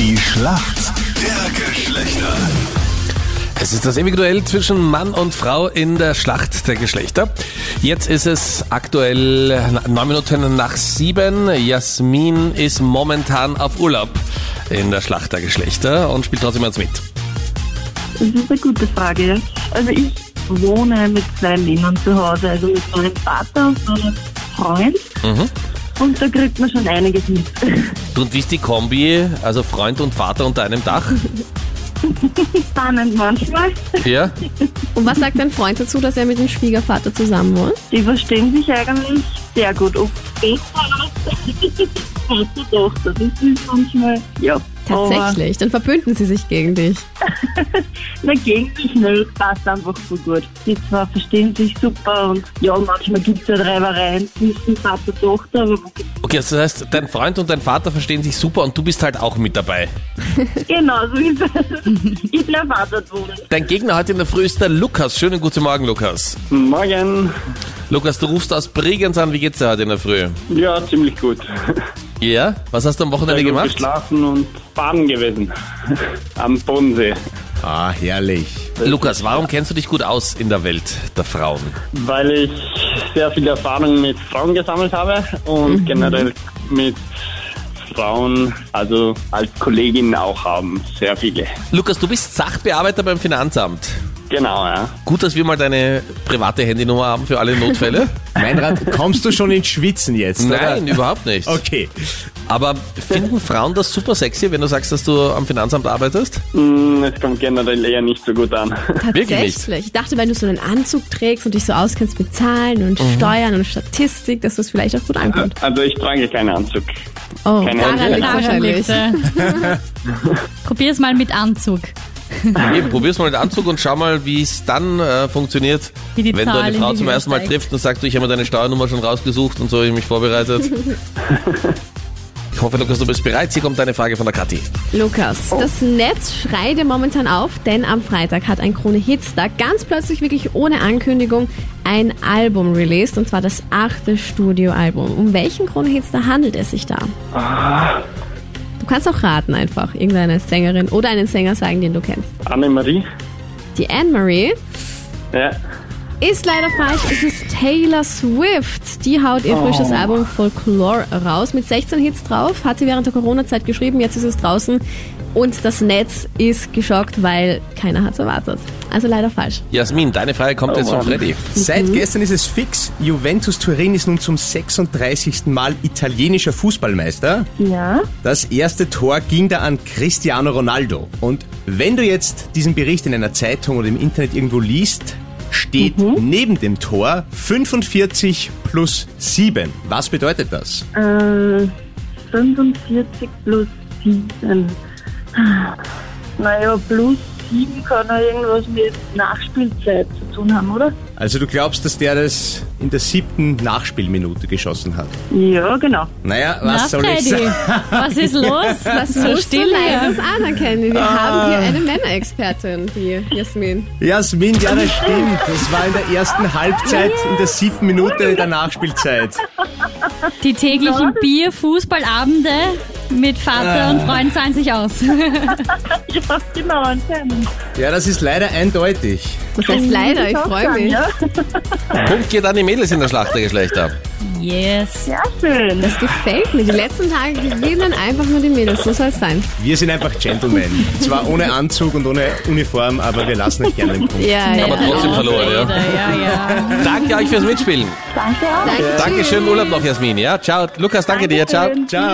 Schlacht der Geschlechter. Es ist das ewige Duell zwischen Mann und Frau in der Schlacht der Geschlechter. Jetzt ist es aktuell neun Minuten nach sieben. Jasmin ist momentan auf Urlaub in der Schlacht der Geschlechter und spielt trotzdem jetzt mit. Das ist eine gute Frage. ja. Also ich wohne mit zwei Männern zu Hause, also mit meinem Vater und meinem Freund. Und da kriegt man schon einiges mit. Und wie ist die Kombi, also Freund und Vater unter einem Dach? Spannend manchmal. Ja? Und was sagt dein Freund dazu, dass er mit dem Schwiegervater zusammen wohnt? Die verstehen sich eigentlich sehr gut. Ob besser als Vater Tochter. Das ist manchmal, ja. Tatsächlich, dann verbünden sie sich gegen dich. Aber, na, gegen mich nicht, passt einfach so gut. Die zwei verstehen sich super und ja, manchmal gibt es halt Reibereien zwischen Vater und Tochter, aber man Okay, also das heißt, dein Freund und dein Vater verstehen sich super und du bist halt auch mit dabei. Genau, so ist es. Ich bleib auch dort wohnen. Dein Gegner heute in der Früh ist der Lukas. Schönen guten Morgen, Lukas. Morgen. Lukas, du rufst aus Bregenz an. Wie geht's dir heute in der Früh? Ja, ziemlich gut. Ja? Was hast du am Wochenende Sehr gut gemacht? Geschlafen und baden gewesen. Am Bodensee. Ah, herrlich. Lukas, warum kennst du dich gut aus in der Welt der Frauen? Weil ich sehr viel Erfahrung mit Frauen gesammelt habe und generell mit Frauen, also als Kolleginnen auch haben. Sehr viele. Lukas, du bist Sachbearbeiter beim Finanzamt. Genau, ja. Gut, dass wir mal deine private Handynummer haben für alle Notfälle. Meinrad, kommst du schon ins Schwitzen jetzt? Nein, Oder? überhaupt nicht. Okay. Aber finden Frauen das super sexy, wenn du sagst, dass du am Finanzamt arbeitest? Hm, Es kommt generell eher nicht so gut an. Wirklich nicht? Tatsächlich. Ich dachte, wenn du so einen Anzug trägst und dich so auskennst mit Zahlen und Steuern und Statistik, dass das vielleicht auch gut ankommt. Also ich trage keinen Anzug. Oh, Keine daran Ahnung. liegt wahrscheinlich. Probier's mal mit Anzug. Eben, probier's mal mit Anzug und schau mal, wie es dann äh, funktioniert, Wie die wenn du Zahl eine in Frau die zum Höhe ersten Mal steigt. triffst und sagst, du, ich habe mir deine Steuernummer schon rausgesucht und so, ich habe mich vorbereitet. Ich hoffe, Lukas, du bist bereit. Hier kommt deine Frage von der Kathi. Lukas, das Netz schreit dir momentan auf, denn am Freitag hat ein Krone Hitstar ganz plötzlich wirklich ohne Ankündigung ein Album released, und zwar das achte Studioalbum. Um welchen Krone Hitstar handelt es sich da? Du kannst auch raten einfach, irgendeine Sängerin oder einen Sänger sagen, den du kennst. Annemarie? Die Anne-Marie Ja. ist leider falsch, es ist Taylor Swift. Die haut ihr frisches Album Folklore raus. Mit 16 Hits drauf, hat sie während der Corona-Zeit geschrieben, jetzt ist es draußen. Und das Netz ist geschockt, weil keiner hat es erwartet. Also leider falsch. Jasmin, deine Frage kommt jetzt von Mann. Freddy. Seit gestern ist es fix. Juventus Turin ist nun zum 36. Mal italienischer Fußballmeister. Ja, Das erste Tor ging da an Cristiano Ronaldo. Und wenn du jetzt diesen Bericht in einer Zeitung oder im Internet irgendwo liest, steht neben dem Tor 45 plus 7. Was bedeutet das? äh, 45 plus 7. Naja, plus 7 kann ja irgendwas mit Nachspielzeit zu tun haben, oder? Also du glaubst, dass der das in der siebten Nachspielminute geschossen hat. Ja, genau. Naja, was Na, soll ich Freddy, sagen? was ist los? Das so musst du still hier. leider anerkennen. Wir haben hier eine Männerexpertin, die Jasmin. Jasmin, ja, das stimmt. Das war in der ersten Halbzeit, in der siebten Minute der Nachspielzeit. Die täglichen Bier-Fußballabende mit Ah. Vater und Freund zahlen sich aus. Ja, genau, anscheinend. Ja, das ist leider eindeutig. Das heißt leider, ich freue mich. Ja, Punkt geht an die Mädels in der Schlacht der Geschlechter. Yes. sehr schön. Das gefällt mir. Die letzten Tage gewinnen einfach nur die Mädels. So soll es sein. Wir sind einfach Gentlemen. Zwar ohne Anzug und ohne Uniform, aber wir lassen euch gerne den Punkt. Ja, ja. Aber trotzdem verloren, ja. Ja, ja. Danke euch fürs Mitspielen. Danke auch. Danke. Danke, schönen Urlaub noch, Jasmin. Ja, ciao. Lukas, danke dir. Ciao. Dankeschön. Ciao.